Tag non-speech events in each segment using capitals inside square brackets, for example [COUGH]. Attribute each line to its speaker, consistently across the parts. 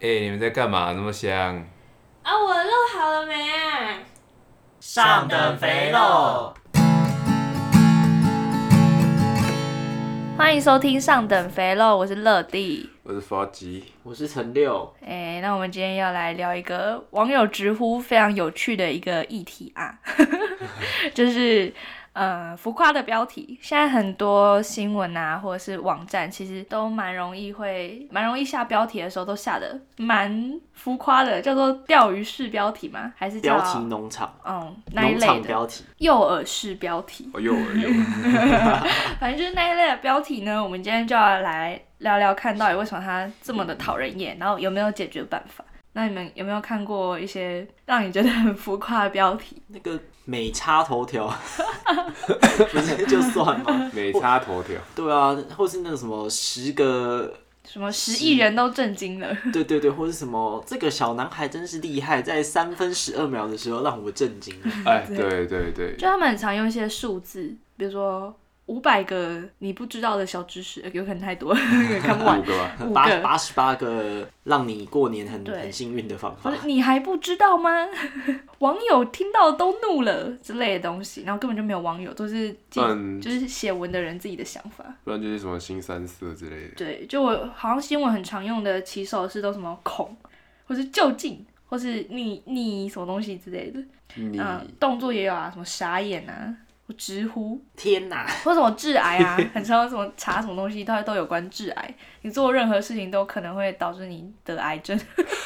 Speaker 1: 哎、你们在干嘛？那么香？
Speaker 2: 啊，我的肉好了没啊？
Speaker 3: 上等肥肉。
Speaker 2: 欢迎收听上等肥肉，我是乐蒂。
Speaker 1: 我是佛吉，
Speaker 3: 我是陈六，
Speaker 2: 哎，那我们今天要来聊一个网友直呼非常有趣的一个议题啊， [LAUGHS] 就是呃浮夸的标题。现在很多新闻啊，或者是网站，其实都蛮容易会蛮容易下标题的时候都下的蛮浮夸的，叫做钓鱼式标题吗？还是叫
Speaker 3: 标题农场，
Speaker 2: 嗯那一
Speaker 3: 农场
Speaker 2: 类的
Speaker 3: 标题，
Speaker 2: 诱饵式标题？
Speaker 1: 哦，又儿又 [LAUGHS] 儿
Speaker 2: 反正就是那一类的标题呢，我们今天就要来聊聊看到底为什么它这么的讨人厌，然后有没有解决办法？那你们有没有看过一些让你觉得很浮夸的标题？
Speaker 3: 那个美差头条， [LAUGHS] 不是就算
Speaker 2: [LAUGHS]
Speaker 3: 吗？
Speaker 1: 美差头条，
Speaker 3: 对啊，或是那个什么十个，
Speaker 2: 什么十亿人都震惊了，
Speaker 3: 对对对，或是什么这个小男孩真是厉害，在三分十二秒的时候让我震惊了。
Speaker 1: 哎，对对对，
Speaker 2: 就他们很常用一些数字，比如说五百个你不知道的小知识，呃有可能太多了，有点看不完
Speaker 1: 五。个吧，
Speaker 2: 五
Speaker 3: 八
Speaker 2: 个，
Speaker 3: 八十八个让你过年很
Speaker 2: 对
Speaker 3: 很幸运的方
Speaker 2: 不
Speaker 3: 法
Speaker 2: 是，你还不知道吗？ [LAUGHS] 网友听到都怒了之类的东西，然后根本就没有网友，都是记
Speaker 1: 嗯
Speaker 2: 就是写文的人自己的想法。
Speaker 1: 不然就是什么新三色之类的。
Speaker 2: 对，就我好像新闻很常用的起手是都什么恐，或是就近，或是你你什么东西之类的。
Speaker 1: 你
Speaker 2: 嗯、动作也有啊，什么傻眼啊，或直呼，
Speaker 3: 天哪！
Speaker 2: 或什么致癌啊，很常有什么查什么东西，它都有关致癌。你做任何事情都可能会导致你得癌症。
Speaker 3: [LAUGHS]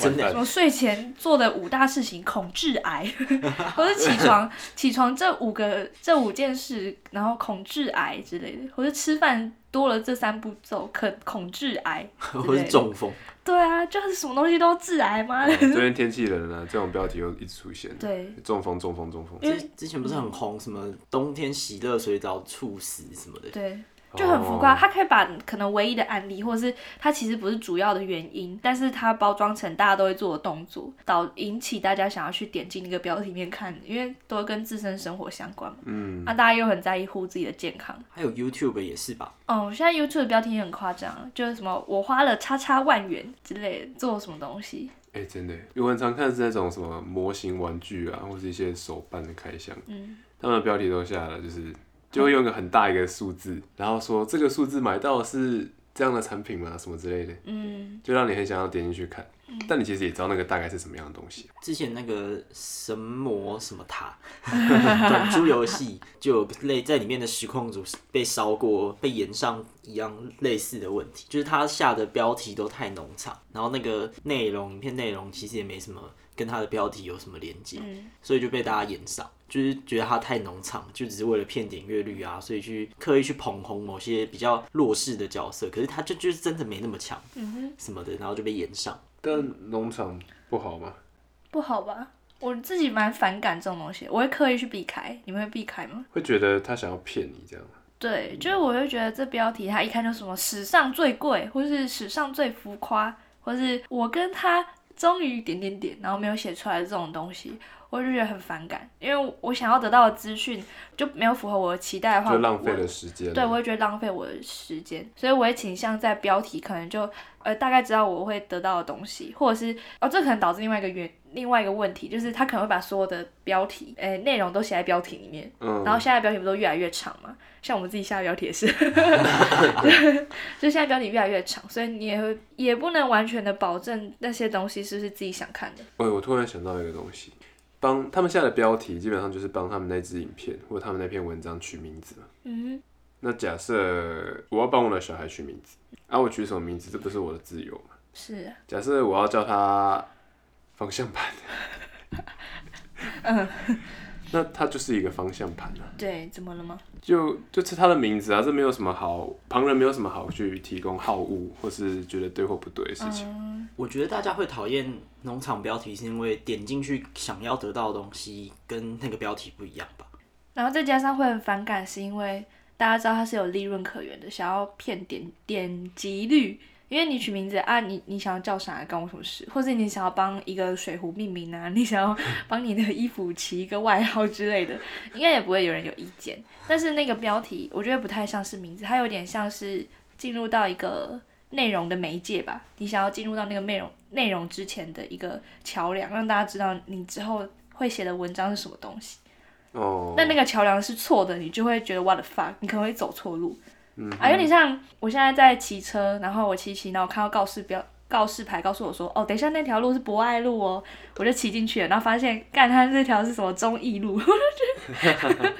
Speaker 3: 真
Speaker 2: [LAUGHS]
Speaker 3: 的
Speaker 2: 什么睡前做的五大事情恐致癌， [LAUGHS] 或是起床起床这五个这五件事，然后恐致癌之类的，或是吃饭多了这三步骤可恐致癌之
Speaker 3: 我
Speaker 2: 类
Speaker 3: 是
Speaker 2: 的。
Speaker 3: 中风，
Speaker 2: 对啊，就是什么东西都致癌吗？ [LAUGHS]
Speaker 1: 哦最近天气冷了，这种标题又一直出现。
Speaker 2: 对，
Speaker 1: 中风中风中风，
Speaker 2: 因为
Speaker 3: 之之前不是很红什么冬天洗热水澡猝死什么的，
Speaker 2: 对，就很浮夸。他可以把可能唯一的案例，或是他其实不是主要的原因，但是他包装成大家都会做的动作，导引起大家想要去点进那个标题里面看，因为都跟自身生活相关嘛。啊
Speaker 1: 嗯，
Speaker 2: 那、大家又很在意乎自己的健康。
Speaker 3: 还有 YouTube 也是吧？
Speaker 2: 哦，现在 YouTube 的标题也很夸张，就是什么我花了叉叉万元之类的做什么东西，
Speaker 1: 哎、真的，因为我很常看是那种什么模型玩具啊，或是一些手办的开箱，
Speaker 2: 嗯，
Speaker 1: 他们的标题都下了，就是就会用一个很大一个数字，然后说这个数字买到的是这样的产品吗？什么之类的，
Speaker 2: 嗯，
Speaker 1: 就让你很想要点进去看，但你其实也知道那个大概是什么样的东西。
Speaker 2: 嗯
Speaker 3: 之前那个神魔什么塔转租游戏，就有类在里面的实况组被烧过，被延上一样类似的问题，就是他下的标题都太农场，然后那个内容影片内容其实也没什么跟他的标题有什么连接，所以就被大家延上。就是觉得他太农场，就只是为了骗点阅率啊，所以去刻意去捧红某些比较弱势的角色，可是他就就是真的没那么强，什么的，然后就被延上。
Speaker 1: 但农场不好吗？
Speaker 2: 不好吧？我自己蛮反感这种东西，我会刻意去避开。你们会避开吗？
Speaker 1: 会觉得他想要骗你这样吗？
Speaker 2: 对，就是我会觉得这标题它一看就什么史上最贵，或是史上最浮夸，或是我跟他终于点点点，然后没有写出来的这种东西，我就觉得很反感，因为我想要得到的资讯就没有符合我的期待的话，
Speaker 1: 就浪费
Speaker 2: 哦我
Speaker 1: 了时间。
Speaker 2: 对，我会觉得浪费我的时间，所以我会倾向在标题可能就呃大概知道我会得到的东西，或者是哦，这可能导致另外一个原另外一个问题，就是他可能会把所有的标题诶内容都写在标题里面，
Speaker 1: 嗯，
Speaker 2: 然后现在标题不都越来越长嘛？像我们自己下的标题也是，就现在标题越来越长，所以你也会也不能完全的保证那些东西是不是自己想看的。
Speaker 1: 哎，我突然想到一个东西，帮他们下的标题基本上就是帮他们那支影片或他们那篇文章取名字嘛。
Speaker 2: 嗯，
Speaker 1: 那假设我要帮我的小孩取名字，啊，我取什么名字？这不是我的自由嘛？
Speaker 2: 是啊，
Speaker 1: 假设我要叫他方向盘，
Speaker 2: 嗯
Speaker 1: 那他就是一个方向盘啊，
Speaker 2: 对，怎么了吗？
Speaker 1: 就就是他的名字啊，这没有什么好，旁人没有什么好去提供好恶或是觉得对或不对的事情。
Speaker 2: 嗯，
Speaker 3: 我觉得大家会讨厌农场标题，是因为点进去想要得到的东西跟那个标题不一样吧？
Speaker 2: 然后再加上会很反感，是因为大家知道它是有利润可言的，想要骗点点击率。因为你取名字啊，你你想要叫啥，关我什么事？或者你想要帮一个水壶命名啊，你想要帮你的衣服起一个外号之类的，应该也不会有人有意见。但是那个标题，我觉得不太像是名字，它有点像是进入到一个内容的媒介吧，你想要进入到那个内容内容之前的一个桥梁，让大家知道你之后会写的文章是什么东西。
Speaker 1: 哦，
Speaker 2: 嗯那那个桥梁是错的，你就会觉得 what the fuck，你可能会走错路。嗯，啊，有点像我现在在骑车，然后我骑骑，然后我看到告示标。告示牌告诉我说：“哦，等一下那条路是博爱路哦。”我就骑进去了，然后发现，干它那条是什么忠义路，我就 [LAUGHS] 觉得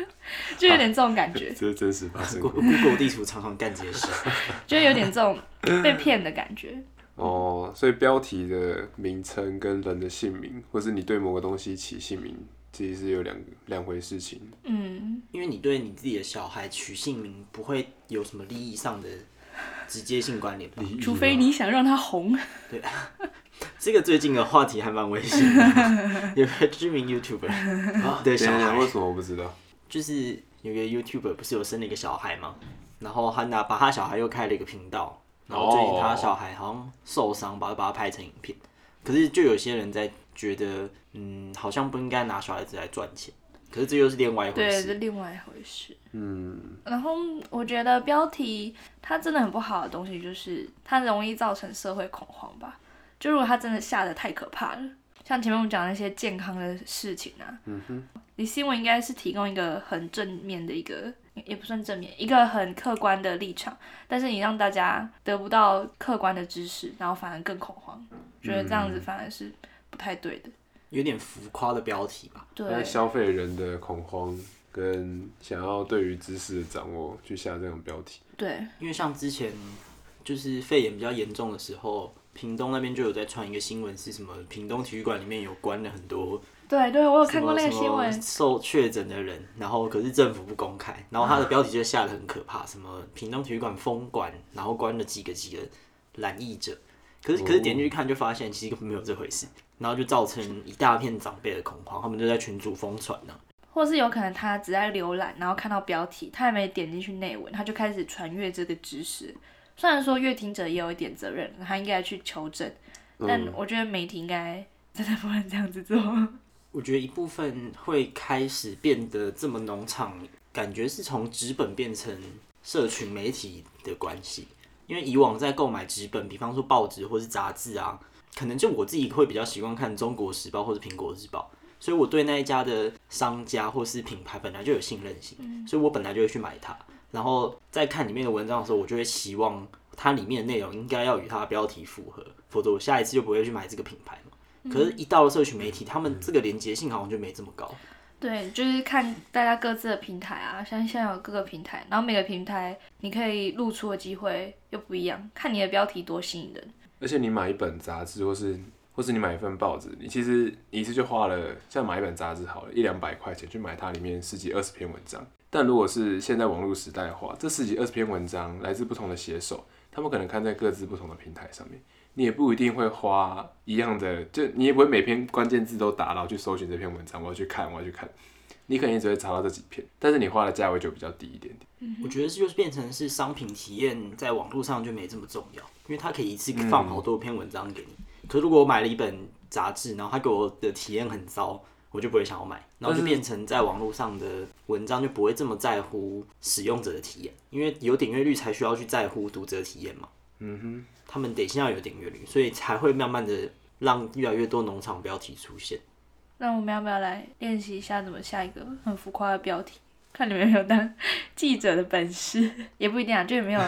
Speaker 2: 就有点这种感觉。
Speaker 1: 这是真实发生过
Speaker 3: Google 地图常常干这些事， [LAUGHS]
Speaker 2: 就有点这种被骗的感觉。
Speaker 1: 哦。所以标题的名称跟人的姓名，或是你对某个东西起姓名，其实是有两两回事情。
Speaker 2: 嗯，
Speaker 3: 因为你对你自己的小孩取姓名不会有什么利益上的直接性关联吧？
Speaker 2: 除非你想让它红，
Speaker 3: 这个最近的话题还蛮危险的， [LAUGHS] 有个知名 YouTuber 的
Speaker 1: 等一
Speaker 3: 小
Speaker 1: 下，为
Speaker 3: 孩，
Speaker 1: 什么我不知道？
Speaker 3: 就是有个 YouTuber 不是有生了一个小孩吗？然后他拿把他小孩又开了一个频道，然后最近他小孩好像受伤吧，把他拍成影片。可是就有些人在觉得，嗯，好像不应该拿小孩子来赚钱。可是这又是另外一回
Speaker 2: 对，
Speaker 3: 事。
Speaker 2: 是另外一回事。
Speaker 1: 嗯，
Speaker 2: 然后我觉得标题它真的很不好的东西，就是它容易造成社会恐慌吧。就如果它真的下的太可怕了，像前面我们讲的那些健康的事情啊，嗯哼，你新闻应该是提供一个很正面的一个，也不算正面，一个很客观的立场，但是你让大家得不到客观的知识，然后反而更恐慌，觉得这样子反而是不太对的。
Speaker 3: 有点浮夸的标题吧。
Speaker 1: 哦那
Speaker 2: 对，
Speaker 1: 消费人的恐慌跟想要对于知识的掌握，去下这种标题。
Speaker 2: 对，
Speaker 3: 因为像之前就是肺炎比较严重的时候，屏东那边就有在传一个新闻，是什么屏东体育馆里面有关了很多
Speaker 2: 对对，我有哦
Speaker 3: 什
Speaker 2: 看过
Speaker 3: 么
Speaker 2: 那个
Speaker 3: 什
Speaker 2: 新
Speaker 3: 么
Speaker 2: 闻，
Speaker 3: 受确诊的人，然后可是政府不公开，然后他的标题就下得很可
Speaker 2: 嗯
Speaker 3: 怕，什么屏东体育馆封馆，然后关了几个几个染疫者，可
Speaker 2: 哦
Speaker 3: 是可是点进去看就发现其实根本没有这回事，然后就造成一大片长辈的恐慌，他们就在群组疯传呢、
Speaker 2: 或是有可能他只在浏览，然后看到标题，他还没点进去内文，他就开始传阅这个知识。虽然说阅听者也有一点责任，他应该去求证，但我觉得媒体应该真的不能这样子做。
Speaker 3: 我觉得一部分会开始变得这么农场，感觉是从纸本变成社群媒体的关系。因为以往在购买纸本，比方说报纸或是杂志啊，可能就我自己会比较习惯看《中国时报》或者《苹果日报》，所以我对那一家的商家或是品牌本来就有信任性，所以我本来就会去买它。然后在看里面的文章的时候，我就会期望它里面的内容应该要与它的标题符合，否则我下一次就不会去买这个品牌嘛。可是，一到了社群媒体，他们这个连接性好像就没这么高。
Speaker 2: 对，就是看大家各自的平台啊，像现在有各个平台，然后每个平台你可以露出的机会又不一样，看你的标题多吸引人。
Speaker 1: 而且你买一本杂志，或是或是你买一份报纸，你其实你一次就花了，像买一本杂志好了，一两百块钱去买它里面十几二十篇文章。但如果是现在网络时代的话，这十几二十篇文章来自不同的写手，他们可能看在各自不同的平台上面，你也不一定会花一样的，就你也不会每篇关键字都打，然后去搜寻这篇文章，我要去看，我要去看。你可能也只会查到这几篇，但是你花的价位就比较低一点点。
Speaker 3: 我觉得这就是变成是商品体验在网络上就没这么重要，因为它可以一次放好多篇文章给你。可是如果我买了一本杂志，然后它给我的体验很糟，我就不会想要买，然后就变成在网络上的文章就不会这么在乎使用者的体验，因为有点阅率才需要去在乎读者体验嘛。嗯哼，他们得先要有点阅率，所以才会慢慢的让越来越多农场标题出现。
Speaker 2: 那我们要不要来练习一下怎么下一个很浮夸的标题？ [LAUGHS] 看你们有没有当记者的本事， [LAUGHS] 也不一定啊，就有没有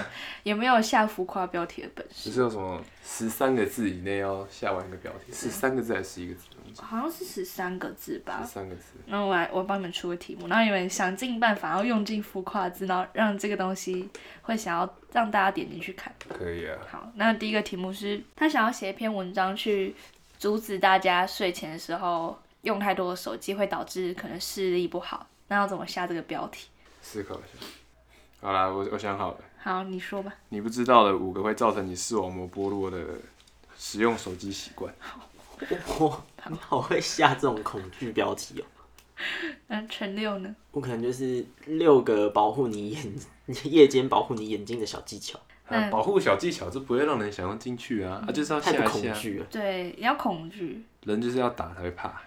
Speaker 2: 有没有下浮夸标题的本
Speaker 1: 只
Speaker 2: 事？
Speaker 1: 是有什么十三个字以内要下完一个标题，是三个字还是十一个字？
Speaker 2: 好像是十三个字吧
Speaker 1: 十。三个字。
Speaker 2: 那我来，我帮你们出个题目，然后你们想尽办法，然后用尽浮夸的字，然后让这个东西会想要让大家点进去看。
Speaker 1: 可以啊，
Speaker 2: 好，那第一个题目是他想要写一篇文章去阻止大家睡前的时候用太多的手机，会导致可能视力不好。那要怎么下这个标题？
Speaker 1: 思考一下。好啦，我我想好了，
Speaker 2: 好，你说吧。
Speaker 1: 你不知道的五个会造成你视网膜剥落的使用手机习惯。
Speaker 3: 哇，你好会下这种恐惧标题哦。
Speaker 2: 那陈六呢？
Speaker 3: 我可能就是六个保护你眼夜间保护你眼睛的小技巧，
Speaker 1: 啊、保护小技巧，这不会让人想要进去啊，啊就是要下
Speaker 3: 太不
Speaker 1: 一 [LAUGHS]
Speaker 3: 恐
Speaker 1: 下，
Speaker 3: 惧了。
Speaker 2: 对，要恐惧。
Speaker 1: 人就是要打才会怕。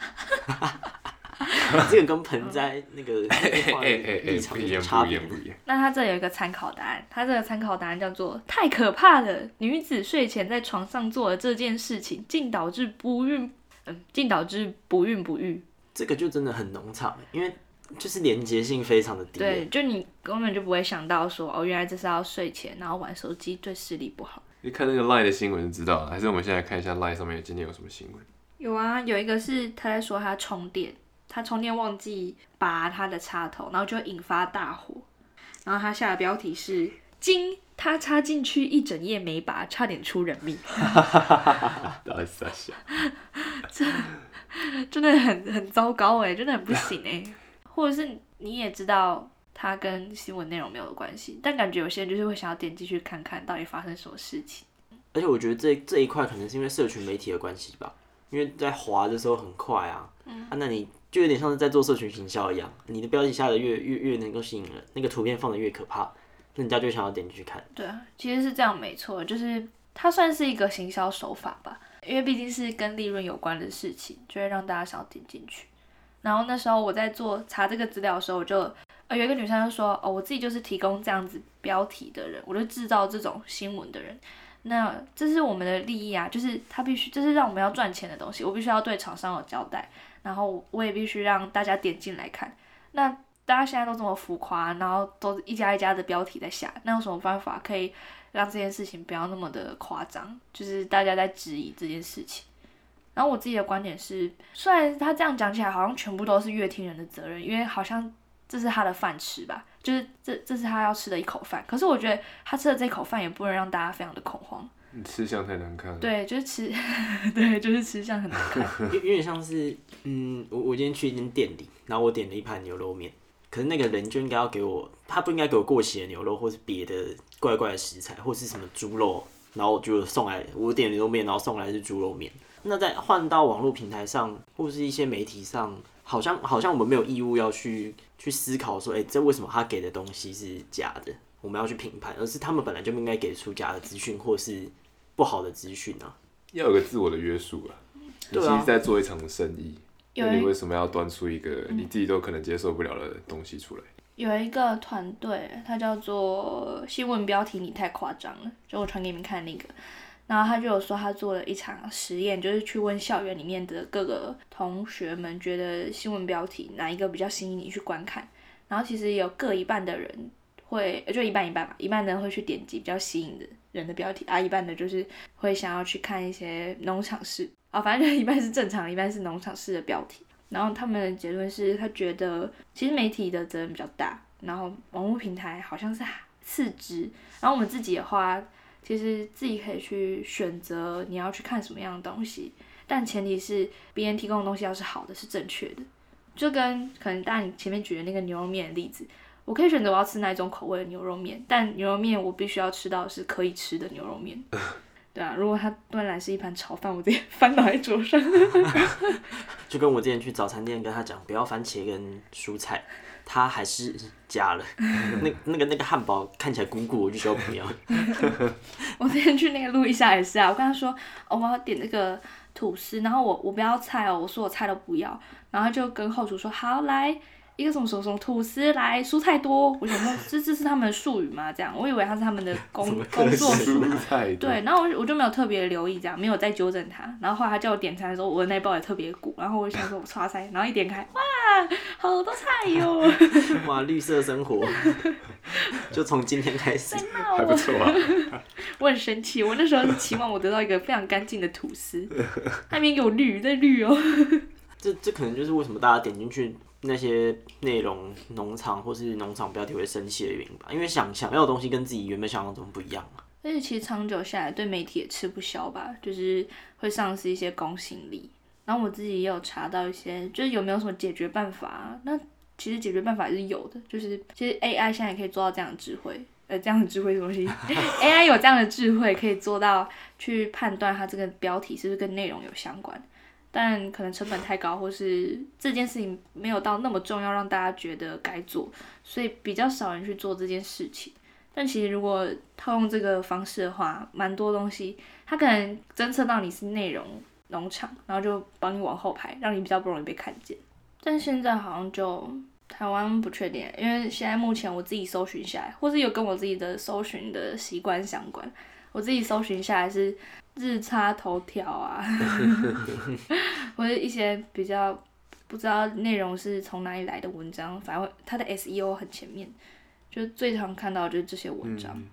Speaker 3: 这个跟盆栽那个
Speaker 1: [LAUGHS]
Speaker 3: 那
Speaker 1: 哎
Speaker 3: 画
Speaker 1: 哎哎
Speaker 3: 的
Speaker 1: 哎
Speaker 3: 立，
Speaker 1: 不
Speaker 3: 场
Speaker 1: 一
Speaker 3: 有
Speaker 1: 样，
Speaker 3: 差
Speaker 1: 不一
Speaker 3: 别
Speaker 1: 样，不一样。
Speaker 2: 那他这有一个参考答案，他这个参考答案叫做“太可怕了！女子睡前在床上做的这件事情，竟导致不孕，嗯，竟导致不孕不育。
Speaker 3: 这个就真的很农场，欸因为就是连结性非常的”低。欸
Speaker 2: 对，就你根本就不会想到说，哦，原来这是要睡前，然后玩手机对视力不好。
Speaker 1: 你看那个 LINE 的新闻就知道了，还是我们现在看一下 LINE 上面今天有什么新闻？
Speaker 2: 有啊，有一个是他在说他充电，他充电忘记拔他的插头，然后就引发大火。然后他下的标题是“金”，他插进去一整夜没拔，差点出人命。
Speaker 1: 到底是在想？
Speaker 2: 真的很很糟糕哎，真的很不行哎。或者是你也知道它跟新闻内容没有关系，但感觉有些人就是会想要点进去看看到底发生什么事情。
Speaker 3: 而且我觉得这这一块可能是因为社群媒体的关系吧，因为在滑的时候很快啊，啊，那你就有点像是在做社群行销一样，你的标题下的越越越能够吸引人，那个图片放的越可怕，那人家就会想要点进去看。
Speaker 2: 对啊，其实是这样没错，就是它算是一个行销手法吧，因为毕竟是跟利润有关的事情，就会让大家想要点进去。然后那时候我在做查这个资料的时候，我就呃有一个女生就说，哦，我自己就是提供这样子标题的人，我就制造这种新闻的人。那这是我们的利益啊，就是他必须，这是让我们要赚钱的东西，我必须要对厂商有交代，然后我也必须让大家点进来看。那大家现在都这么浮夸，然后都一家一家的标题在下，那有什么办法可以让这件事情不要那么的夸张？就是大家在质疑这件事情。然后我自己的观点是，虽然他这样讲起来好像全部都是乐听人的责任，因为好像这是他的饭吃吧，就是这这是他要吃的一口饭。可是我觉得他吃的这口饭也不能让大家非常的恐慌，
Speaker 1: 你吃相太难看了。
Speaker 2: 对，就是吃， [LAUGHS] 对，就是吃相很难看。
Speaker 3: 有有点像是，嗯，我我今天去一间店里，然后我点了一盘牛肉面，可是那个人就应该要给我，他不应该给我过期的牛肉，或是别的怪怪的食材，或是什么猪肉，然后就送来，我点牛肉面，然后送来是猪肉面。那再换到网络平台上，或是一些媒体上，好像好像我们没有义务要去去思考说，哎、这为什么他给的东西是假的？我们要去评判，而是他们本来就不应该给出假的资讯，或是不好的资讯啊。
Speaker 1: 要有个自我的约束啊。你
Speaker 3: 对
Speaker 1: 其
Speaker 3: 啊
Speaker 1: 实在做一场生意，
Speaker 2: [LAUGHS] 有
Speaker 1: 那
Speaker 2: 一
Speaker 1: 你为什么要端出一个你自己都可能接受不了的东西出来？
Speaker 2: 有一个团队，它叫做新闻标题你太夸张了，就我传给你们看那个。然后他就有说，他做了一场实验，就是去问校园里面的各个同学们，觉得新闻标题哪一个比较吸引你去观看。然后其实有各一半的人会，呃就一半一半吧，一半的人会去点击比较吸引的人的标题啊，一半的就是会想要去看一些农场式啊，反正就一半是正常，一半是农场式的标题。然后他们的结论是，他觉得其实媒体的责任比较大，然后网络平台好像是次之，然后我们自己的话，其实自己可以去选择你要去看什么样的东西，但前提是别人提供的东西要是好的，是正确的。就跟可能大家你前面举的那个牛肉面的例子，我可以选择我要吃哪一种口味的牛肉面，但牛肉面我必须要吃到是可以吃的牛肉面。对啊，如果它端来是一盘炒饭，我直接翻倒在桌上。
Speaker 3: 就跟我之前去早餐店跟他讲不要番茄跟蔬菜，他还是加了。 [LAUGHS] 那那个那个汉堡看起来鼓鼓，我就说不要。 [LAUGHS]
Speaker 2: 我之前去那个路易莎也是啊，我跟他说、哦、我要点那个吐司，然后我我不要菜哦，我说我菜都不要，然后他就跟后厨说好来一个什么什么什么吐司来蔬菜多，我想说这这是他们的术语吗？这样我以为他是他们的工工作术语。
Speaker 1: 蔬菜的
Speaker 2: 对，然后我就我就没有特别留意，这样没有再纠正他。然后后来他叫我点餐的时候，我的那包也特别鼓，然后我就想说我刷菜，然后一点开，哇，好多菜哟、 [LAUGHS]
Speaker 3: 哇，绿色生活， [LAUGHS] 就从今天开始。
Speaker 2: 那
Speaker 1: 还
Speaker 2: 我
Speaker 1: 不错啊。
Speaker 2: 我很生气，我那时候是期望我得到一个非常干净的吐司，那边给我绿在绿哦。
Speaker 3: [LAUGHS] 这这可能就是为什么大家点进去那些内容农场或是农场标题会生气的原因吧，因为想想要的东西跟自己原本想象中不一样嘛。
Speaker 2: 而且其实长久下来对媒体也吃不消吧，就是会丧失一些公信力。然后我自己也有查到一些，就是有没有什么解决办法、啊？那其实解决办法也是有的，就是其实 AI 现在也可以做到这样的智慧，呃，这样的智慧什么东西 [LAUGHS] ？AI 有这样的智慧可以做到去判断它这个标题是不是跟内容有相关，但可能成本太高，或是这件事情没有到那么重要，让大家觉得该做，所以比较少人去做这件事情。但其实如果套用这个方式的话，蛮多东西，它可能侦测到你是内容农场，然后就帮你往后排，让你比较不容易被看见。但现在好像就台湾不确定，因为现在目前我自己搜寻下来，或是有跟我自己的搜寻的习惯相关，我自己搜寻下来是日差头条啊， [LAUGHS] 或者一些比较不知道内容是从哪里来的文章，反正它的 SEO 很前面，就最常看到的就是这些文章。
Speaker 3: 嗯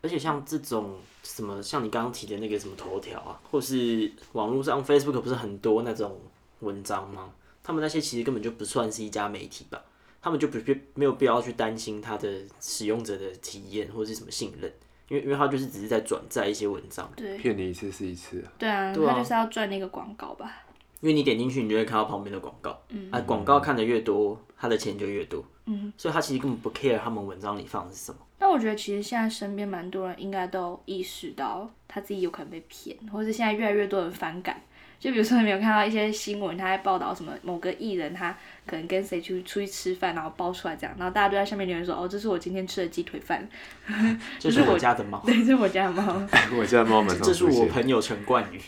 Speaker 3: 而且像这种什么，像你刚刚提的那个什么头条啊，或是网络上 Facebook 不是很多那种文章吗？他们那些其实根本就不算是一家媒体吧，他们就不必没有必要去担心它的使用者的体验或是什么信任，因为因为它就是只是在转载一些文章，
Speaker 2: 对
Speaker 1: 骗你一次是一次啊，
Speaker 2: 对啊，
Speaker 3: 对啊
Speaker 2: 它就是要赚那个广告吧。
Speaker 3: 因为你点进去你就会看到旁边的广告，嗯、啊，广告看的越多，他的钱就越多，嗯，所以他其实根本不 care 他们文章里放的是什么，
Speaker 2: 但我觉得其实现在身边蛮多人应该都有意识到他自己有可能被骗，或者现在越来越多人反感。就比如说你没有看到一些新闻，他在报道什么某个艺人他可能跟谁去出去吃饭，然后爆出来这样，然后大家都在下面留言说：“哦，这是我今天吃的鸡腿饭， [LAUGHS]
Speaker 3: 这
Speaker 2: 是
Speaker 3: 是我
Speaker 2: 我
Speaker 3: 家的 [LAUGHS] 猫，
Speaker 2: 对，这是我家的猫
Speaker 3: [LAUGHS]
Speaker 1: 我家的猫蛮
Speaker 3: 这
Speaker 1: 常
Speaker 3: 这是
Speaker 1: 出
Speaker 3: 我
Speaker 1: 现。
Speaker 3: 朋友陈冠宇，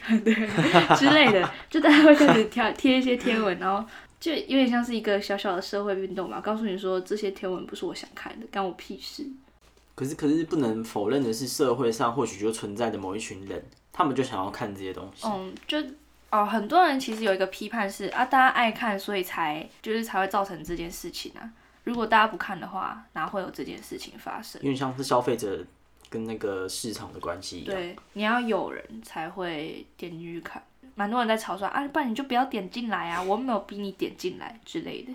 Speaker 2: 之类的。”就大家会开始贴贴一些贴文，然后就有点像是一个小小的社会运动嘛，告诉你说这些贴文不是我想看的，干我屁事。
Speaker 3: 可是可是不能否认的是，社会上或许就存在的某一群人，他们就想要看这些东西，
Speaker 2: 嗯，就哦，很多人其实有一个批判是啊，大家爱看，所以才就是才会造成这件事情啊。如果大家不看的话，哪会有这件事情发生？
Speaker 3: 因为像是消费者跟那个市场的关系一样，
Speaker 2: 对，你要有人才会点进去看。蛮多人在吵说啊，不然你就不要点进来啊，我没有逼你点进来之类的。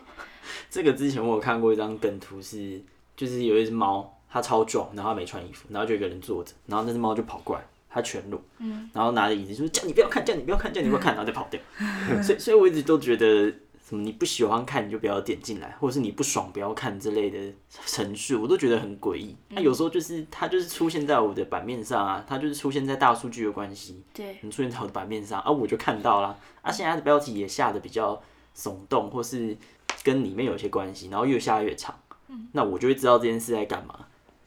Speaker 3: 这个之前我有看过一张梗图是，就是有一只猫，它超壮，然后它没穿衣服，然后就有一个人坐着，然后那只猫就跑过来，它全裸，嗯，然后拿着椅子就说叫你不要看，叫你不要看，叫你不要看，然后就跑掉。所以，所以我一直都觉得，什么你不喜欢看你就不要点进来，或者是你不爽不要看之类的程序，我都觉得很诡异。那、有时候就是它就是出现在我的版面上啊，它就是出现在大数据的关系，
Speaker 2: 对，
Speaker 3: 你出现在我的版面上啊，我就看到啦。啊，现在的标题也下的比较耸动，或是跟里面有一些关系，然后越下越长。
Speaker 2: 嗯
Speaker 3: 那我就会知道这件事在干嘛。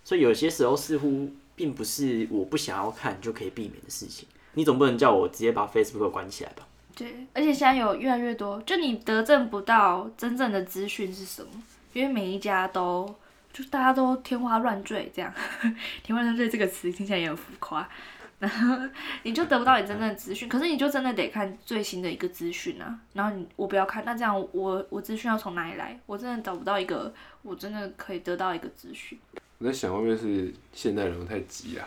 Speaker 3: 所以有些时候似乎并不是我不想要看就可以避免的事情。你总不能叫我直接把 Facebook 关起来吧？
Speaker 2: 对，而且现在有越来越多，就你得证不到真正的资讯是什么，因为每一家都就大家都天花乱坠这样。 [LAUGHS] 天花乱坠这个词听起来也很浮夸， [LAUGHS] 然后你就得不到你真正的资讯，可是你就真的得看最新的一个资讯啊。然后你我不要看，那这样我我资讯要从哪里来？我真的找不到一个我真的可以得到一个资讯。
Speaker 1: 我在想会不会是现代人太急啊？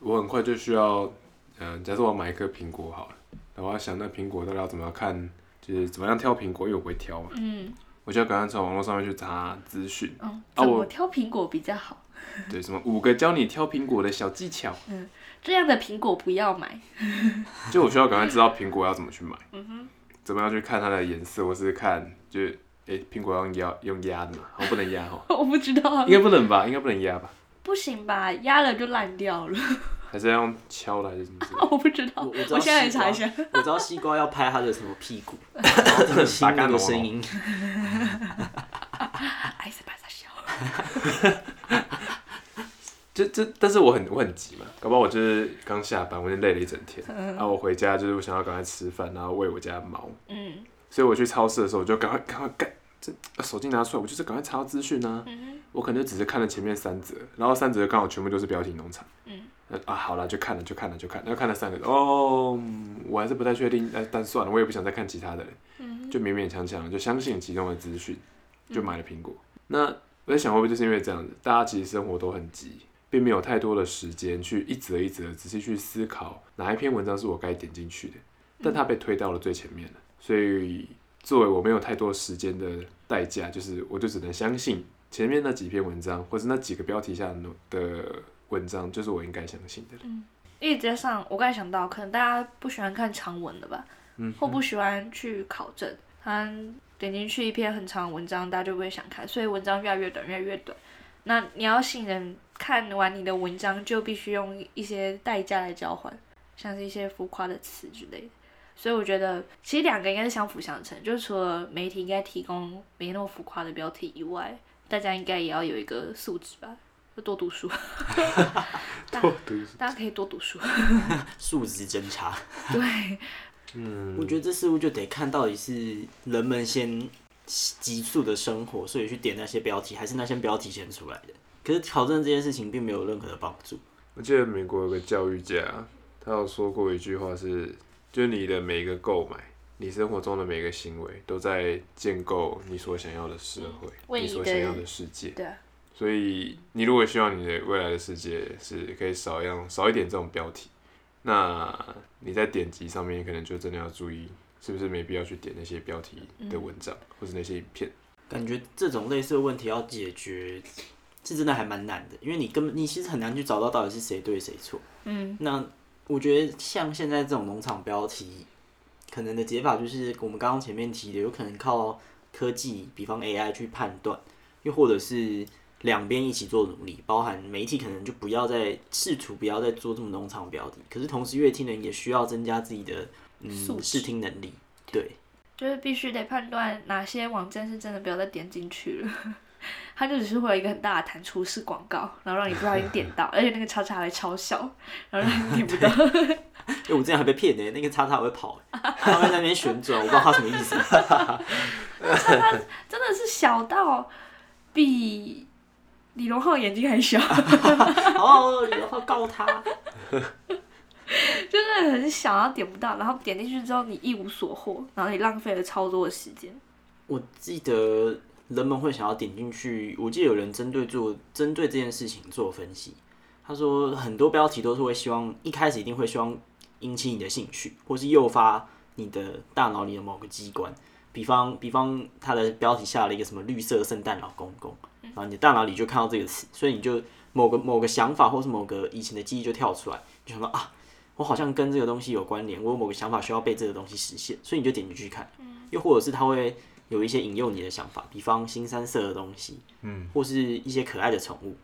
Speaker 1: 我很快就需要，嗯、假设我要买一颗苹果好了，然后我要想那苹果到底要怎么看，就是怎么样挑苹果，因为我不会挑嘛，
Speaker 2: 嗯
Speaker 1: 我就要赶快从网络上面去查资讯，
Speaker 2: 嗯，
Speaker 1: 啊
Speaker 2: 怎
Speaker 1: 我
Speaker 2: 么挑苹果比较好？
Speaker 1: 对，什么五个教你挑苹果的小技巧，
Speaker 2: 这样的苹果不要买。 [LAUGHS]
Speaker 1: [LAUGHS] 就我需要赶快知道苹果要怎么去买，怎么样去看它的颜色，或是看就是，诶、苹果要用压用压的嘛，好像不能压哈，
Speaker 2: 我不知道啊，
Speaker 1: 应该不能吧，应该不能压吧，
Speaker 2: 不行吧？压了就烂掉了。
Speaker 1: 还是要用敲的还是什么之类的？
Speaker 2: 我不知道，
Speaker 3: 我我知道
Speaker 2: 现在也查一下。
Speaker 3: 我知道西瓜要拍它的什么屁股，然后 [LAUGHS] 听新
Speaker 1: 哦
Speaker 3: 那个声音，
Speaker 2: 哎，是巴萨笑。
Speaker 1: 这这，但是我很我很急嘛，搞不好我就是刚下班，我就累了一整天，然后我回家就是我想要赶快吃饭，然后喂我家的猫，
Speaker 2: 嗯
Speaker 1: 所以我去超市的时候，我就赶快赶快干，这把手机拿出来，我就是赶快查到资讯啊。
Speaker 2: 嗯
Speaker 1: 我可能就只是看了前面三则，然后三则刚好全部都是标题农场。
Speaker 2: 嗯
Speaker 1: 呃啊，好啦，就看了就看了就看了，那看了三个哦，嗯我还是不太确定，呃，但算了，我也不想再看其他的了，
Speaker 2: 嗯
Speaker 1: 就勉勉强强地就相信其中的资讯，就买了苹果。那我在想，会不会就是因为这样子，大家其实生活都很急，并没有太多的时间去一则一则地仔细去思考哪一篇文章是我该点进去的，但它被推到了最前面了，所以作为我没有太多时间的代价，就是我就只能相信前面那几篇文章，或是那几个标题下的的文章，就是我应该相信的。
Speaker 2: 一直在上，我刚才想到，可能大家不喜欢看长文的吧，
Speaker 1: 嗯
Speaker 2: 或不喜欢去考证，他点进去一篇很长的文章，大家就不会想看，所以文章越来越短，越来越短。那你要信任看完你的文章，就必须用一些代价来交换，像是一些浮夸的词之类的。所以我觉得，其实两个应该是相辅相成，就是除了媒体应该提供没那么浮夸的标题以外，大家应该也要有一个素质吧，就多读书， [LAUGHS]
Speaker 1: 多读书
Speaker 2: 大家可以多读书。
Speaker 3: 数值侦查。
Speaker 2: 对，
Speaker 3: 我觉得这似乎就得看到底是人们先急速的生活，所以去点那些标题，还是那些标题先出来的。可是考证这件事情并没有任何的帮助。
Speaker 1: 我记得美国有个教育家，他有说过一句话是：，就是你的每一个购买，你生活中的每一个行为，都在建构你所想要的社会，
Speaker 2: 嗯为
Speaker 1: 你
Speaker 2: 你
Speaker 1: 所
Speaker 2: 的
Speaker 1: 想要的世界。
Speaker 2: 对啊，
Speaker 1: 所以，你如果希望你的未来的世界是可以少一样少一点这种标题，那你在点击上面可能就真的要注意，是不是没必要去点那些标题的
Speaker 2: 嗯
Speaker 1: 文章、或是那些影片。
Speaker 3: 感觉这种类似的问题要解决，是真的还蛮难的，因为你根本你其实很难去找到到底是谁对谁错。
Speaker 2: 嗯，
Speaker 3: 那我觉得像现在这种农场标题，可能的解法就是我们刚刚前面提的，有可能靠科技，比方 AI 去判断，又或者是两边一起做努力，包含媒体可能就不要再试图不要再做这么农场标题，可是同时乐听人也需要增加自己的
Speaker 2: 素
Speaker 3: 嗯
Speaker 2: 质
Speaker 3: 视听能力，对。
Speaker 2: 就是必须得判断哪些网站是真的不要再点进去了。它就只是会有一个很大的弹出式广告，然后让你不小心点到，而且那个叉叉还超小，然后让你点不到。
Speaker 3: 哎、我之前还被骗呢、那个叉叉还会跑、欸，它会在那边旋转，我不知道它什么意思。 [LAUGHS]
Speaker 2: 真的是小到比李荣浩眼睛还小， [LAUGHS]
Speaker 3: 哦，然后告他，
Speaker 2: 就是很小，然后点不到，然后点进去之后你一无所获，然后你浪费了超多的时间。
Speaker 3: 我记得人们会想要点进去，我记得有人针对做针对这件事情做分析，他说很多标题都是会希望一开始一定会希望引起你的兴趣，或是诱发你的大脑里的某个机关。比方比方，它的标题下了一个什么绿色圣诞老公公，然后你的大脑里就看到这个词，所以你就某个某个想法或是某个以前的记忆就跳出来，就想到啊，我好像跟这个东西有关联，我有某个想法需要被这个东西实现，所以你就点进去看。又或者是它会有一些引诱你的想法，比方新三色的东西，嗯，或是一些可爱的宠物，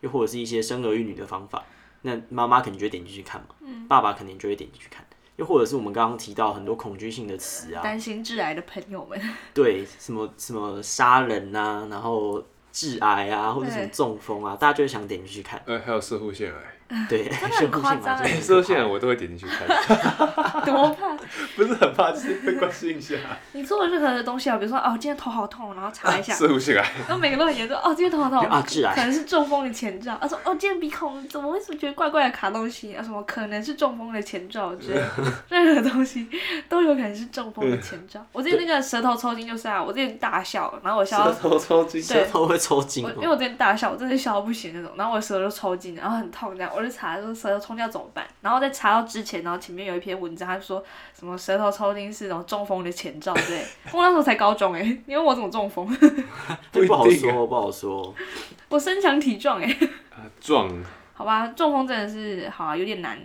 Speaker 3: 又或者是一些生儿育女的方法。那妈妈肯定就会点进去看嘛，嗯，爸爸肯定就会点进去看。又或者是我们刚刚提到很多恐惧性的词啊，
Speaker 2: 担心致癌的朋友们， [LAUGHS]
Speaker 3: 对，什么什么杀人啊，然后致癌啊，或者什么
Speaker 2: 对
Speaker 3: 中风啊，大家就会想点进去
Speaker 2: [LAUGHS]
Speaker 3: 看。
Speaker 1: 呃，还有射护腺癌，
Speaker 3: 对，
Speaker 2: 真
Speaker 3: [LAUGHS]
Speaker 2: 的很夸张欸
Speaker 1: 射护腺癌我都会点进去看，
Speaker 2: [LAUGHS] 多怕！
Speaker 1: [LAUGHS] 不是很怕，就是会关心一下。
Speaker 2: 你做了任何的东西啊，比如说哦，今天头好痛，然后查一下，
Speaker 1: 射护腺癌，
Speaker 2: 然后每个都很严重，哦，今天头好痛
Speaker 3: 啊，致
Speaker 2: 可
Speaker 3: 癌， [LAUGHS]
Speaker 2: 能是中风的前兆。他说：“哦，今天鼻孔怎么会是觉得怪怪的卡东西？啊，什么可能是中风的前兆
Speaker 3: [LAUGHS]
Speaker 2: 之类的，任何东西都有可能是中风的前兆。”我之前那个舌头抽筋就是啊，我之前大笑，然后我笑到
Speaker 1: 头抽筋
Speaker 2: 对
Speaker 3: 舌头会抽筋
Speaker 2: 我因为
Speaker 3: 哦。
Speaker 2: 我之前大笑，我真的笑到不行那种，然后我舌头抽筋，然后很痛这样，我就查说舌头抽掉怎么办，然后再查到之前，然后前面有一篇文章，他说什么舌头抽筋是一种中风的前兆之类的，我那时候才高中哎、你问我怎么中风？
Speaker 1: 不一定
Speaker 3: 不
Speaker 1: 啊
Speaker 3: 好说，不好说。
Speaker 2: 我身强体壮哎、
Speaker 1: 啊撞，
Speaker 2: 好吧，中风真的是好啊，有点难，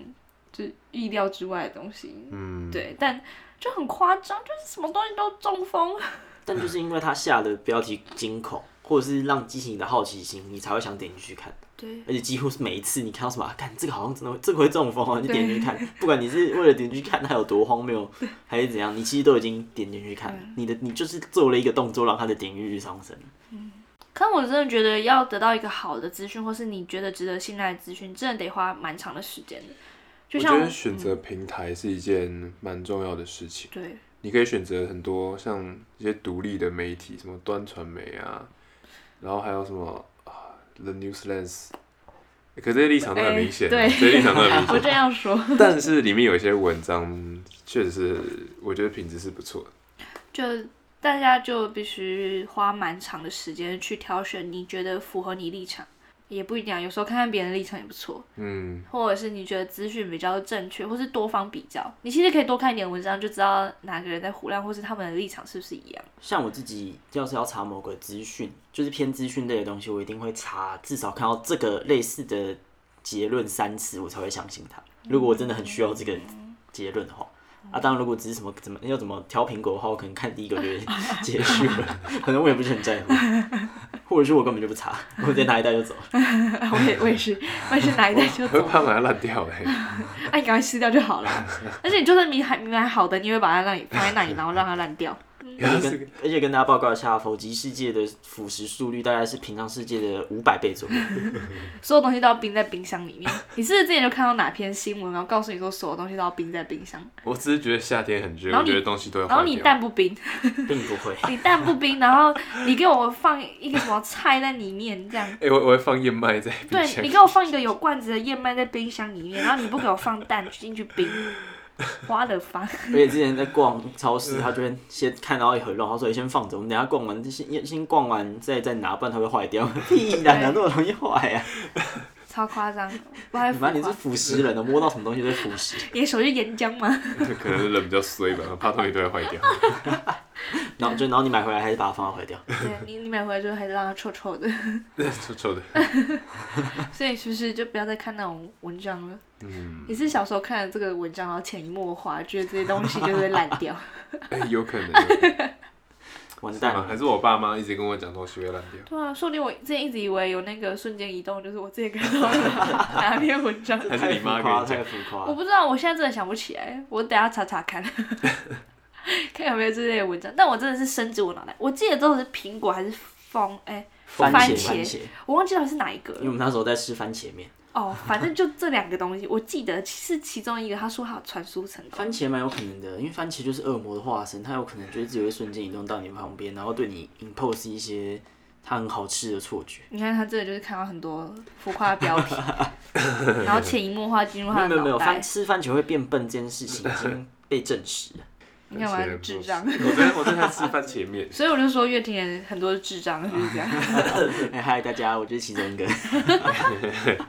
Speaker 2: 就是意料之外的东西。
Speaker 1: 嗯，
Speaker 2: 对，但就很夸张，就是什么东西都中风。
Speaker 3: 但就是因为他下的标题惊恐，或者是让激起你的好奇心，你才会想点进去看。
Speaker 2: 对，
Speaker 3: 而且几乎是每一次你看到什么，啊，看这个好像真的会，这个会中风啊，你就点进去看。不管你是为了点进去看它有多荒谬，还是怎样，你其实都已经点进去看了。你的你就是做了一个动作，让它的点击率上升。
Speaker 2: 可我真的觉得要得到一个好的资讯，或是你觉得值得信赖的资讯，真的得花蛮长的时间的。就
Speaker 1: 我
Speaker 2: 像
Speaker 1: 觉得选择平台是一件蛮重要的事情。
Speaker 2: 对，
Speaker 1: 你可以选择很多像一些独立的媒体，什么端传媒啊，然后还有什么啊，The Newslands，可这些立场都很明显、
Speaker 2: 哎对
Speaker 1: 这些立场都很明
Speaker 2: [LAUGHS] 我
Speaker 1: 显。
Speaker 2: 这样说，
Speaker 1: 但是里面有一些文章，确实是我觉得品质是不错的。
Speaker 2: 就大家就必须花蛮长的时间去挑选你觉得符合你立场，也不一定啊，有时候看看别人的立场也不错。
Speaker 1: 嗯，
Speaker 2: 或者是你觉得资讯比较正确，或是多方比较，你其实可以多看一点文章，就知道哪个人在胡乱，或是他们的立场是不是一样。 [LAUGHS]
Speaker 3: 像我自己要是要查某个资讯，就是偏资讯类的东西，我一定会查，至少看到这个类似的结论三次，我才会相信它。如果我真的很需要这个结论的话，啊，当然如果只是什么怎么要怎么挑苹果的话，我可能看第一个就会结束了， [LAUGHS] 可能我也不是很在乎，或者是我根本就不查，我直接拿一袋就走。
Speaker 2: 我也我也是，我也是哪一代
Speaker 1: [LAUGHS]
Speaker 2: 就
Speaker 1: 我会
Speaker 2: 走，
Speaker 1: 怕把它烂掉哎、
Speaker 2: [LAUGHS] 哎，你赶快撕掉就好了。而且你就算你还你买好的，你也会把它让你放在那里，然后让它烂掉。
Speaker 1: 原来
Speaker 3: 跟
Speaker 1: 是个
Speaker 3: 而且跟大家报告一下，否极世界的腐蚀速率大概是平常世界的五百倍左右。
Speaker 2: 所有东西都要冰在冰箱里面。你是不是之前就看到哪篇新闻，然后告诉你说所有东西都要冰在冰箱，
Speaker 1: 我只是觉得夏天很热，
Speaker 2: 然后
Speaker 1: 我
Speaker 2: 你
Speaker 1: 觉得东西都会
Speaker 2: 然
Speaker 1: 坏
Speaker 2: 后你
Speaker 1: 掉。
Speaker 2: 蛋不冰，
Speaker 3: 并不会。
Speaker 2: 你蛋不冰，然后你给我放一个什么菜在里面这样。
Speaker 1: 哎、我我会放燕麦在冰
Speaker 2: 对
Speaker 1: 箱
Speaker 2: 你。给我放一个有罐子的燕麦在冰箱里面，然后你不给我放蛋进去冰，花了发。
Speaker 3: [LAUGHS] 而且之前在逛超市，
Speaker 1: 嗯
Speaker 3: 他就会先看到一盒肉，他说：“你哎先放着，我们等一下逛完先先逛完再再拿，不然它会
Speaker 1: [LAUGHS]
Speaker 3: 坏掉。”屁啦，哪那么容易坏呀、
Speaker 2: 超夸张，我还
Speaker 3: 啊？反正你是
Speaker 2: 浮
Speaker 3: 腐蚀人的，摸到什么东西都会腐
Speaker 1: [LAUGHS]
Speaker 3: 蚀。
Speaker 2: 夸你的手是岩浆吗？
Speaker 1: 可能是人比较衰吧，怕东西都会坏掉。
Speaker 2: [LAUGHS]
Speaker 3: 然后就然后你买回来还是把它放
Speaker 1: [LAUGHS]
Speaker 3: 坏掉。
Speaker 2: 对你，你买回来之后还是让它臭臭的， [LAUGHS]
Speaker 1: 臭臭的，
Speaker 2: 所以是不是就不要再看那种文章了？
Speaker 1: 嗯，
Speaker 2: 你是小时候看了这个文章，然后潜移默化，觉得这些东西就会烂掉。 [LAUGHS]
Speaker 1: 哎、有
Speaker 3: [LAUGHS]
Speaker 1: 可能有可能
Speaker 3: 完
Speaker 1: 是
Speaker 3: 蛋
Speaker 1: 吗
Speaker 3: 了，
Speaker 1: 还是我爸妈一直跟我讲东西会烂掉，
Speaker 2: 对啊，说不定我之前一直以为有那个瞬间移动，就是我自己看到的 [LAUGHS] 哪篇文章。
Speaker 1: 还是你哦妈
Speaker 3: 太
Speaker 1: 跟
Speaker 3: 浮夸，
Speaker 1: 你讲
Speaker 3: 太？浮夸
Speaker 2: 我
Speaker 3: 了。
Speaker 2: 不知道，我现在真的想不起来，我等下查查看，看有没有这类的文章。但我真的是深植我脑袋，我记得都是苹果还是枫，哎、
Speaker 3: 番
Speaker 2: 番
Speaker 3: 茄，
Speaker 2: 茄
Speaker 3: 番茄，
Speaker 2: 我忘记到底是哪一个
Speaker 3: 因为我
Speaker 2: 了。
Speaker 3: 们那时候在吃番茄面，
Speaker 2: 哦，反正就这两个东西，我记得是其中一个，他说他有传输成
Speaker 3: [LAUGHS]
Speaker 2: 功。
Speaker 3: 番茄蛮有可能的，因为番茄就是恶魔的化身，它有可能就是自己会瞬间移动到你旁边，然后对你 impose 一些它很好吃的错觉。
Speaker 2: 你看他这个就是看到很多浮夸的标题，然后潜移默化进入
Speaker 3: 没
Speaker 2: 他
Speaker 3: 有没
Speaker 2: 的
Speaker 3: 有没有，
Speaker 2: 脑
Speaker 3: 番
Speaker 2: 袋。
Speaker 3: 吃番茄会变笨这件事情已经被证实了。
Speaker 2: 你干嘛智障？
Speaker 1: 我在我正在吃番茄面，
Speaker 2: 所以我就说乐听人很多智障就是这样。
Speaker 3: [LAUGHS] 哎嗨，大家，我就是其中一个。 [LAUGHS]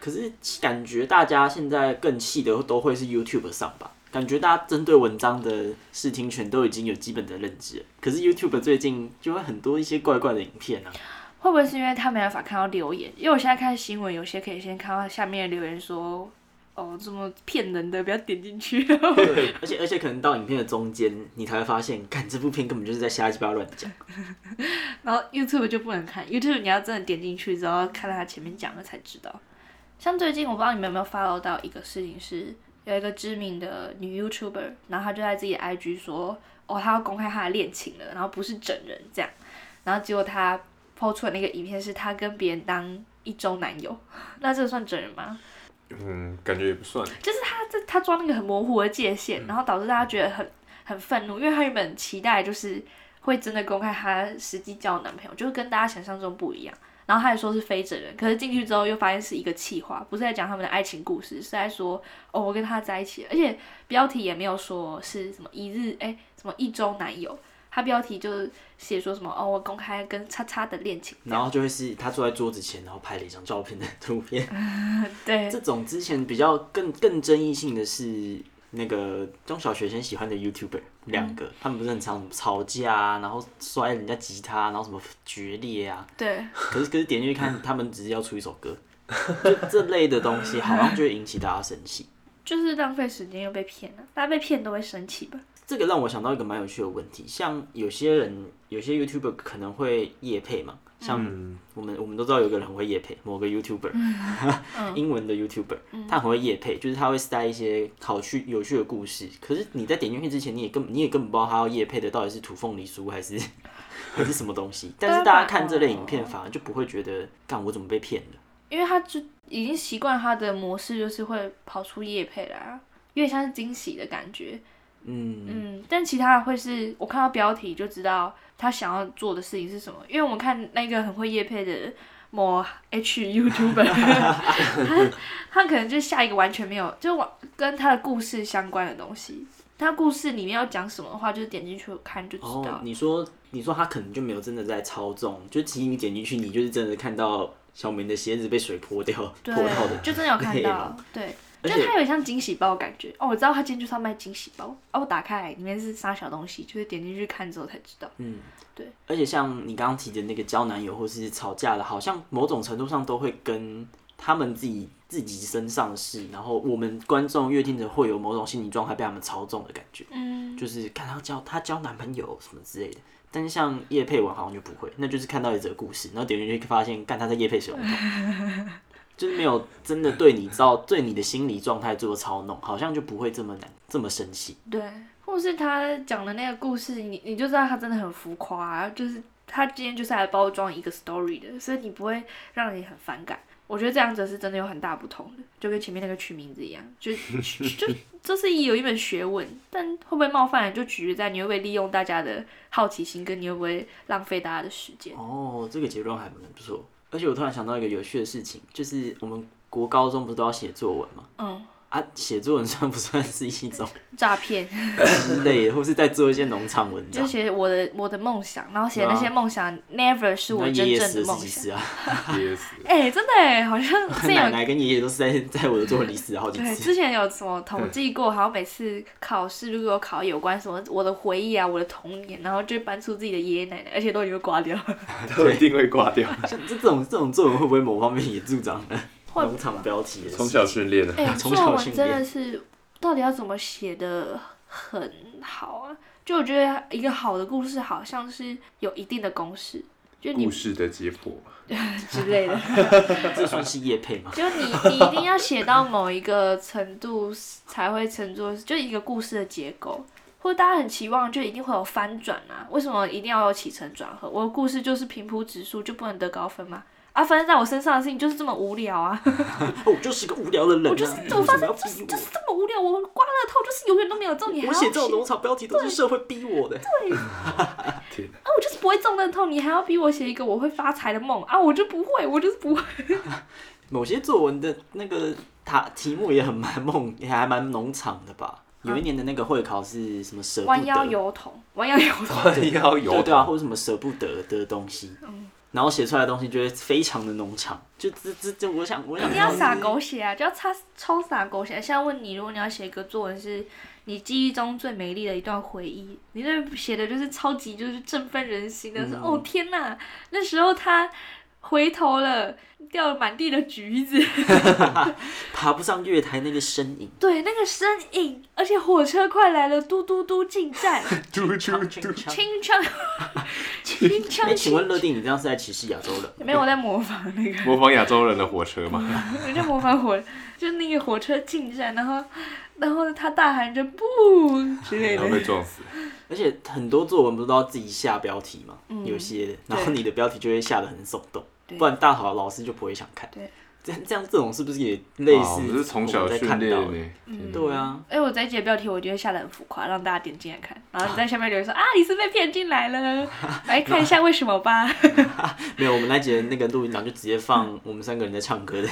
Speaker 3: 可是感觉大家现在更细的都会是 YouTube 上吧？感觉大家针对文章的视听权都已经有基本的认知了。可是 YouTube 最近就会很多一些怪怪的影片啊，
Speaker 2: 会不会是因为他没办法看到留言？因为我现在看新闻，有些可以先看到下面的留言说，哦，这么骗人的，不要点进去。 [LAUGHS]
Speaker 3: 对，而且而且可能到影片的中间，你才会发现，看这部片根本就是在瞎鸡巴乱讲。
Speaker 2: 然后 YouTube 就不能看，YouTube 你要真的点进去之后，看到他前面讲的才知道。像最近我不知道你们有没有 follow 到一个事情是，有一个知名的女 YouTuber，然后她就在自己的 IG 说，哦，她要公开她的恋情了，然后不是整人这样，然后结果她抛出的那个影片是她跟别人当一周男友， [LAUGHS] 那这个算整人吗？
Speaker 1: 嗯，感觉也不
Speaker 3: [LAUGHS]
Speaker 1: 算，
Speaker 2: 就是他这他抓那个很模糊的界限，然后导致大家觉得很很愤怒，因为他原本期待就是会真的公开他实际交的男朋友，就是跟大家想象中不一样。然后他还说是非整人，可是进去之后又发现是一个气话，不是在讲他们的爱情故事，是在说哦我跟他在一起了，而且标题也没有说是什么一日哎什么一周男友，他标题就是写说什么哦我公开跟叉叉的恋情，
Speaker 3: 然后就会是他坐在桌子前，然后拍了一张照片的图片。
Speaker 2: 对，
Speaker 3: 这种之前比较更更争议性的是那个中小学生喜欢的 YouTuber 两个，他们不是很常吵架啊，然后摔人家吉他，啊然后什么决裂啊。
Speaker 2: 对，
Speaker 3: 可是可是点进去看，他们只是要出一首歌，就这类的东西好像就会引起大家生气。
Speaker 2: 就是浪费时间又被骗了，大家被骗都会生气吧？
Speaker 3: 这个让我想到一个蛮有趣的问题，像有些人，有些 YouTuber 可能会夜配嘛，像我们、我们都知道有个人很会夜配，某个 YouTuber，、英文的 YouTuber，、他很会夜配，就是他会塞一些好趣有趣的故事。可是你在点进去之前，你也根本你也根本不知道他要夜配的到底是土凤梨酥还是 [LAUGHS] 还是什么东西。但是大家看这类影片，反而就不会觉得，干我怎么被骗了？
Speaker 2: 因为他就已经习惯他的模式，就是会跑出夜配来啊，有点像是惊喜的感觉。
Speaker 3: 嗯，
Speaker 2: 嗯，但其他的会是我看到标题就知道他想要做的事情是什么，因为我们看那个很会夜配的某 H YouTuber，他他可能就下一个完全没有，就完跟他的故事相关的东西。他故事里面要讲什么的话，就是点进去看就知道
Speaker 3: 哦
Speaker 2: 了。，
Speaker 3: 你说你说他可能就没有真的在操纵，就其实你点进去，你就是真的看到小明的鞋子被水泼掉、
Speaker 2: 对
Speaker 3: 泼到的，，
Speaker 2: 就真的有看
Speaker 3: 内
Speaker 2: 到
Speaker 3: 容，
Speaker 2: 对，
Speaker 3: 而
Speaker 2: 就
Speaker 3: 且
Speaker 2: 是它有点像惊喜包的感觉。哦，我知道它今天就是要卖惊喜包，哦，我打开来里面是啥小东西，就是点进去看之后才知道。
Speaker 3: 嗯，
Speaker 2: 对。
Speaker 3: 而且像你刚刚提的那个交男友或是吵架的，好像某种程度上都会跟他们自己自己身上的事，然后我们观众阅听者会有某种心理状态被他们操纵的感觉，
Speaker 2: 嗯，
Speaker 3: 就是看他交他交男朋友什么之类的。但是像叶佩文好像就不会，那就是看到一则故事，然后点进去发现，干他在叶佩水龙头，就是没有真的对你造对你的心理状态做操弄，好像就不会这么难这么生气。
Speaker 2: 对，或或是他讲的那个故事，你你就知道他真的很浮夸啊、就是他今天就是来包装一个 story 的，所以你不会让你很反感。我觉得这两者是真的有很大不同的，就跟前面那个取名字一样，
Speaker 3: [LAUGHS]
Speaker 2: 就就这是有一门学问，但会不会冒犯，就取决在你会不会利用大家的好奇心，跟你会不会浪费大家的时间。
Speaker 3: 哦，这个结论还蛮不错。而且我突然想到一个有趣的事情，就是我们国高中不是都要写作文吗？
Speaker 2: 嗯，
Speaker 3: 啊，写作文算不算是一种 [LAUGHS]
Speaker 2: 诈骗，
Speaker 3: 之类的，或是在做一些农场文
Speaker 2: 就
Speaker 3: 章？
Speaker 2: 写我的我的梦想，然后写
Speaker 3: 对啊
Speaker 2: 那些梦想、never 是我
Speaker 3: 那
Speaker 2: 真
Speaker 3: 爷爷
Speaker 2: 正
Speaker 3: 死
Speaker 2: 的
Speaker 3: 了
Speaker 2: 梦
Speaker 3: 是几
Speaker 2: 想。
Speaker 3: 次啊？
Speaker 1: 噎死。
Speaker 2: 哎、真的哎，好像之前有
Speaker 3: [LAUGHS] 奶奶跟爷爷都是在在我的作文里死了好几
Speaker 2: 对，
Speaker 3: 次。
Speaker 2: 之前有什么统计过，好像每次考试如果有考有关什么我的回忆啊，我的童年，然后就搬出自己的爷爷奶奶，而且都已经被刮掉，
Speaker 3: [LAUGHS]
Speaker 1: 都一定会挂掉。
Speaker 3: 像啊这这种这种作文会不会某方面也助长了
Speaker 2: 会
Speaker 3: 农场标题的事？
Speaker 1: 从小训练啊，
Speaker 2: 哎、
Speaker 3: 从
Speaker 2: 作
Speaker 3: 小
Speaker 2: 文
Speaker 3: 训
Speaker 2: 真
Speaker 3: 练
Speaker 2: 的是到底要怎么写的很好啊？就我觉得一个好的故事好像是有一定的公式，就你
Speaker 1: 故事的解剖嘛，
Speaker 2: 之类的，
Speaker 3: 这算是叶配吗？
Speaker 2: 就你你一定要写到某一个程度才会称作就一个故事的结构，或者大家很期望就一定会有翻转啊？为什么一定要有起承转合？我的故事就是平铺直述，就不能得高分吗？啊，发生在我身上的事情就是这么无聊啊，
Speaker 3: 哦，我就是个无聊的人、啊，
Speaker 2: 我就是
Speaker 3: 你
Speaker 2: 我
Speaker 3: 为
Speaker 2: 发
Speaker 3: 什么要
Speaker 2: 生就是
Speaker 3: 逼
Speaker 2: 就是这么无聊，我刮乐透就是永远都没有中，你还
Speaker 3: 我？
Speaker 2: 要
Speaker 3: 我写这种农场标题都是社会逼我的。
Speaker 1: 天哪！
Speaker 2: 啊，我就是不会中乐透，你还要逼我写一个我会发财的梦啊，我就不会，我就是不会。
Speaker 3: 某些作文的那个它题目也很蛮梦，也还蛮农场的吧？有一年的那个会考是什么舍不
Speaker 2: 弯腰
Speaker 3: 得？
Speaker 2: 油桶，弯腰油桶，
Speaker 1: 弯腰
Speaker 3: 对
Speaker 1: 油
Speaker 3: 对啊，或者什么舍不得的东西，然后写出来的东西就会非常的农场，就这这这，我想我想
Speaker 2: 一定要撒狗血啊，就要擦抽撒狗血。现在问你，如果你要写一个作文是你记忆中最美丽的一段回忆，你这写的就是超级就是振奋人心
Speaker 3: 嗯
Speaker 2: 的，是、哦天哪，那时候他回头了，掉了满地的橘子。 [LAUGHS]
Speaker 3: 爬不上月台那个身影，
Speaker 2: 对，那个身影，而且火车快来了，嘟嘟嘟进
Speaker 3: [LAUGHS]
Speaker 2: 站，
Speaker 1: 嘟嘟嘟，
Speaker 3: 哎、
Speaker 2: 清
Speaker 3: [LAUGHS]
Speaker 2: 唱，清唱，
Speaker 3: 请问乐定，你这样是在歧视亚洲人？
Speaker 2: 没有我在模仿
Speaker 3: [LAUGHS]
Speaker 2: 那个，
Speaker 1: 模仿亚洲人的火车嘛，
Speaker 2: 我在模仿火，就是那个火车进站，然后，然后他大喊着不之类
Speaker 3: 哎
Speaker 1: 然后
Speaker 2: 的，
Speaker 1: 被撞死。
Speaker 3: 而且很多作文不是都要自己下标题嘛，
Speaker 2: 嗯
Speaker 3: 有些的，然后你的标题就会下的很耸动，
Speaker 2: 对
Speaker 3: 不然大好老师就不会想看。
Speaker 2: 对，
Speaker 3: 这样这样这种是不是也类
Speaker 1: 哦哇我
Speaker 3: 似？
Speaker 1: 们是从小
Speaker 3: 在
Speaker 1: 训
Speaker 3: 看
Speaker 1: 练
Speaker 3: 到
Speaker 1: 呢
Speaker 3: 的。
Speaker 1: 天哪 [LAUGHS]
Speaker 3: 对啊，
Speaker 2: 哎，我在节标题，我觉得下的很浮夸，让大家点进来看，然后
Speaker 3: [LAUGHS]
Speaker 2: 你在下面留言说啊，你是被骗进来了，来看一下为什么吧。 [LAUGHS]
Speaker 3: 没有，我们那节那个录音档就直接放我们三个人在唱歌的，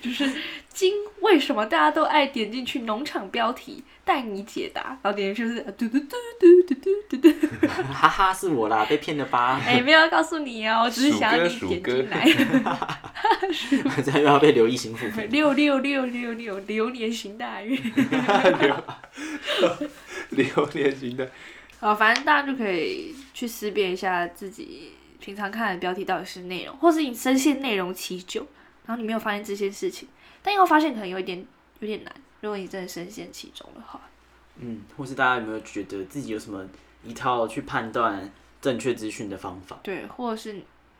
Speaker 2: 就是今为什么大家都爱点进去农场标题带你解答，然后点进去就是嘟嘟嘟嘟嘟嘟嘟嘟，
Speaker 3: 哈哈，是我啦，被骗了
Speaker 2: [LAUGHS]
Speaker 3: 吧？
Speaker 2: 哎，没有要告诉你哦，我只
Speaker 3: [LAUGHS]
Speaker 2: 是想要你点进来。 [LAUGHS]
Speaker 3: 这样又要被刘亦兴复评。
Speaker 2: 六六六六六流年行大运，
Speaker 1: 流年型的，
Speaker 2: 好，反正大家就可以去思辨一下自己平常看的标题到底是内容，或是你深陷内容其久，然后你没有发现这些事情，但又发现可能有一点有点难，如果你真的深陷其中的话。
Speaker 3: 嗯，或是大家有没有觉得自己有什么一套去判断正确资讯的方法？ [LAUGHS]
Speaker 2: 对，或者是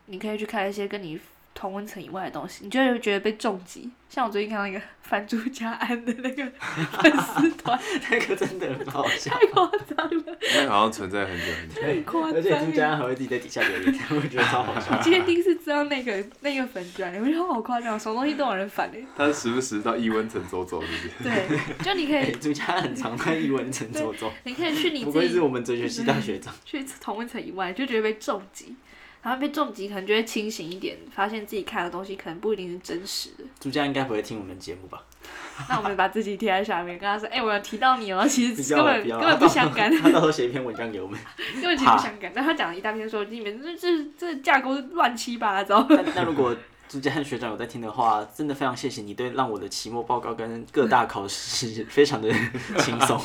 Speaker 2: 你可以去看一些跟你同温层以外的东西，你就会觉得被重击。像我最近看到一个 [LAUGHS] 反朱家安的那个粉丝团，
Speaker 3: 那个真的很好笑。
Speaker 2: 太夸张了，
Speaker 1: 那好像存在很久很久。
Speaker 2: 太夸
Speaker 3: 而且朱
Speaker 2: 张
Speaker 3: 家
Speaker 2: 了。
Speaker 3: 安还会自己在底下留言，我觉得超好
Speaker 2: [LAUGHS]
Speaker 3: 笑。
Speaker 2: 我今天第一次知道那个那个粉砖，我觉得好夸张，什么东西都有人反的、欸
Speaker 1: 他时不时到异温层走走，是不是？
Speaker 2: 对，就你可
Speaker 3: 哎
Speaker 2: 以，
Speaker 3: 朱家安很常在译文城走走，
Speaker 2: 你可以去你
Speaker 3: 不
Speaker 2: 自
Speaker 3: 愧是
Speaker 2: 己
Speaker 3: 我们哲学系大学长。
Speaker 2: 去同温层以外，就觉得被重击。然后被重击，可能就会清醒一点，发现自己看的东西可能不一定是真实的。
Speaker 3: 朱家安应该不会听我们节目吧？
Speaker 2: 那我们把自己贴在下面，跟他说：“哎、我有提到你哦，其
Speaker 3: 不
Speaker 2: 实
Speaker 3: 要
Speaker 2: 根
Speaker 3: 了，
Speaker 2: 本
Speaker 3: 不要
Speaker 2: 根
Speaker 3: 了，
Speaker 2: 本不相干。”
Speaker 3: [LAUGHS] 他到时候写一篇文章给 [LAUGHS] 我们，
Speaker 2: 根本就不想干。但他讲了一大篇说，你们这这这架构是乱七八糟。 [LAUGHS]
Speaker 3: 但但如 [LAUGHS] 果朱家安学长有在听的话，真的非常谢谢你对让我的期末报告跟各大考 [LAUGHS] 试非常的轻 [LAUGHS] 松。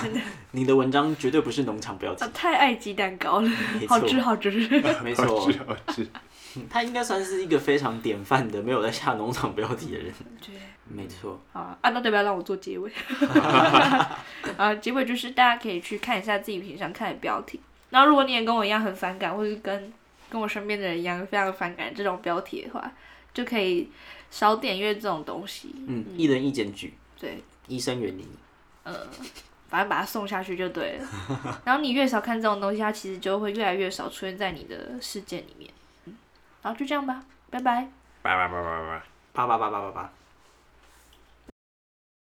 Speaker 2: 真的，
Speaker 3: [LAUGHS] 你的文章绝对不是农场标 [LAUGHS] 题
Speaker 2: 我，太爱鸡蛋糕了，
Speaker 3: 没
Speaker 2: 好
Speaker 3: 错，
Speaker 2: 吃好吃。
Speaker 3: 没
Speaker 1: 好 [LAUGHS]
Speaker 3: 错
Speaker 1: 吃，好吃。
Speaker 3: 他应该算是一个非常典范的没有在下农场标题的人。
Speaker 2: 对，
Speaker 3: 没错，嗯
Speaker 2: 好啊，啊那对不要让我做结尾。啊，结尾就是大家可以去看一下自己平常看的标题。然后如果你也跟我一样很反感，或是跟跟我身边的人一样非常反感这种标题的话，就可以少点阅这种东西。
Speaker 3: 嗯嗯，一人一检举，
Speaker 2: 对，
Speaker 3: 医生远离。
Speaker 2: 呃，反正把它送下去就对了。然后你越少看这种东西，它其实就会越来越少出现在你的世界里面。嗯，然后就这样吧，拜拜。
Speaker 1: 叭叭叭叭叭。
Speaker 3: 叭叭叭叭叭叭。